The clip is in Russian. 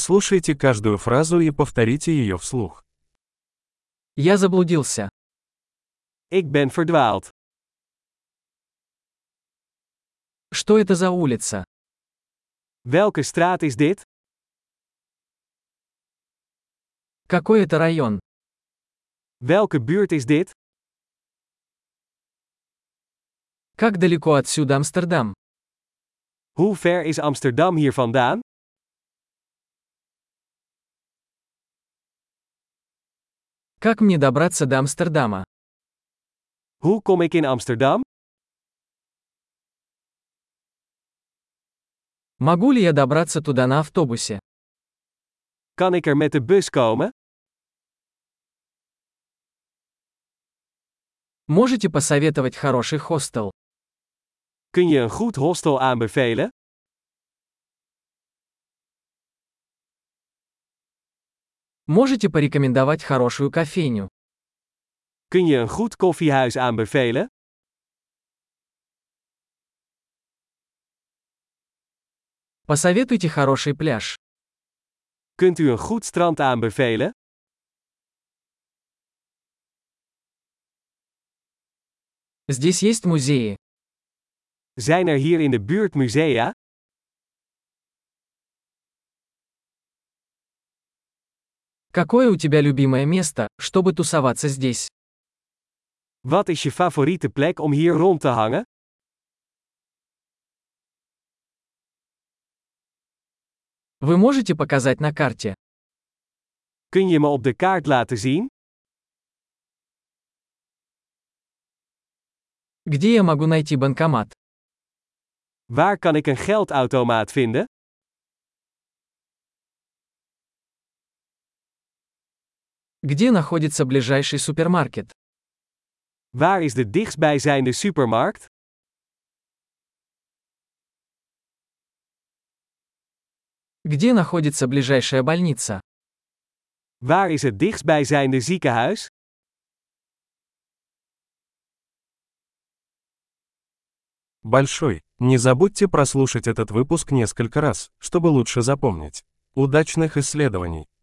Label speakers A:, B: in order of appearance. A: Прослушайте каждую фразу и повторите ее вслух.
B: Я заблудился.
C: Ik ben verdwaald.
B: Что это за улица?
C: Welke straat is dit?
B: Какой это район?
C: Welke buurt is dit?
B: Как далеко отсюда Амстердам?
C: Hoe ver is Amsterdam hier vandaan?
B: Как мне добраться до Амстердама?
C: Hoe kom ik in Amsterdam?
B: Могу ли я добраться туда на автобусе?
C: Kan ik er met de bus komen?
B: Можете посоветовать хороший хостел?
C: Kun je een goed hostel aanbevelen?
B: Можете порекомендовать хорошую кофейню?
C: Kun je een goed koffiehuis aanbevelen?
B: Посоветуйте хороший пляж.
C: Kunt u een goed strand aanbevelen?
B: Здесь есть музеи.
C: Zijn er hier in de buurt musea?
B: Какое у тебя любимое место, чтобы тусоваться здесь?
C: Wat is je favoriete plek om hier rond te hangen?
B: Вы можете показать на карте?
C: Kun je me op de kaart laten zien?
B: Где я могу найти банкомат?
C: Waar kan ik een geldautomaat vinden?
B: Где находится ближайший супермаркет?
C: Waar is de dichtstbijzijnde supermarkt?
B: Где находится ближайшая больница?
C: Waar is het dichtstbijzijnde ziekenhuis?
A: Большой. Не забудьте прослушать этот выпуск несколько раз, чтобы лучше запомнить. Удачных исследований!